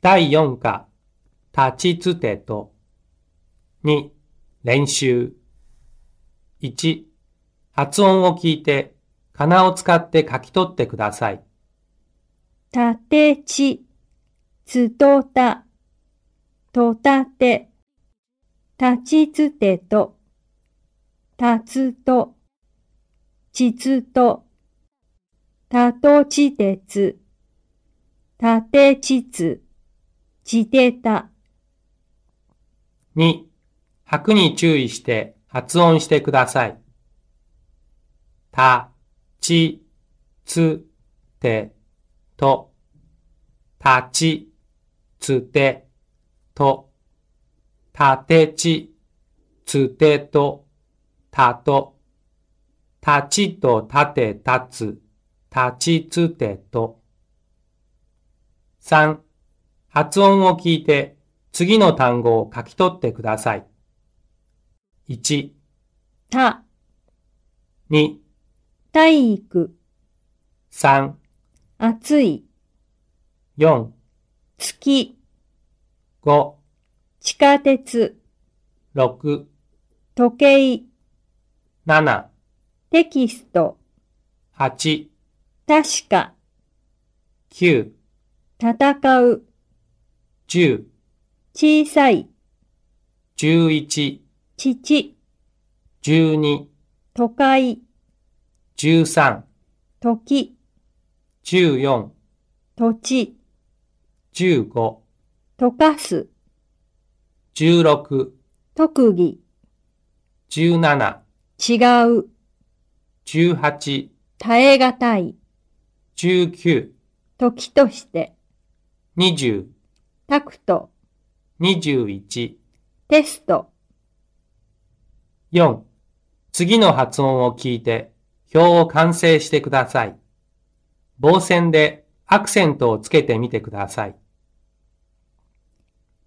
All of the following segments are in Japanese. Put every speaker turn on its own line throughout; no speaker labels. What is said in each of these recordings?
第4課、立ちつてと。2、練習。1、発音を聞いて、仮名を使って書き取ってください。
たてち、つとた、とたて、たちつてと、たつと、ちつと、たとちてつ、たてちつ、ちてた、
2、拍に注意して発音してください。た、ち、つ、て、と。たち、つて、と。たてち、つてと、たと。たちとたてたつ、たちつてと。3、発音を聞いて、次の単語を書き取ってください。1、
た、
2、
体育、
3、
暑い、
4、
月、
5、
地下鉄、
6、
時計、
7、
テキスト、
8、
確か、
9、
戦う、
10、
小さい、
11、
父、
12、
都会、
13、
時、
14、
土地、
15、
溶かす、
16、
特技、
17、
違う、
18、
耐え難い、
19、
時として、
20、
タクト、
21、
テスト、
4。次の発音を聞いて、表を完成してください。棒線でアクセントをつけてみてください。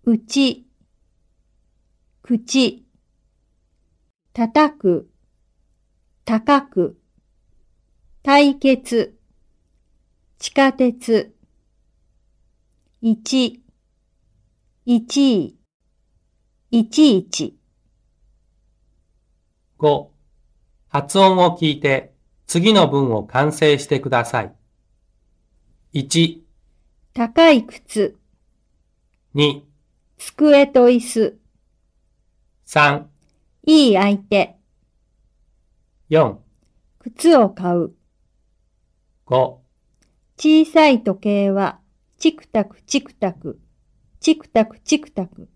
うち、口、叩く、高く、対決、地下鉄、一、一位、いちいち、
5. 発音を聞いて、次の文を完成してください。1、
高い靴、
2、
机と椅子、
3、
いい相手、
4、
靴を買う、
5。
小さい時計は、チクタクチクタク、チクタクチクタク。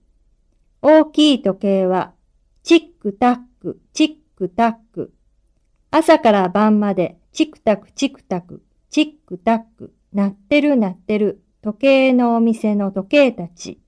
大きい時計は、チックタック、チックタック。朝から晩まで、チクタクチクタク、チックタック。鳴ってる鳴ってる、時計のお店の時計たち。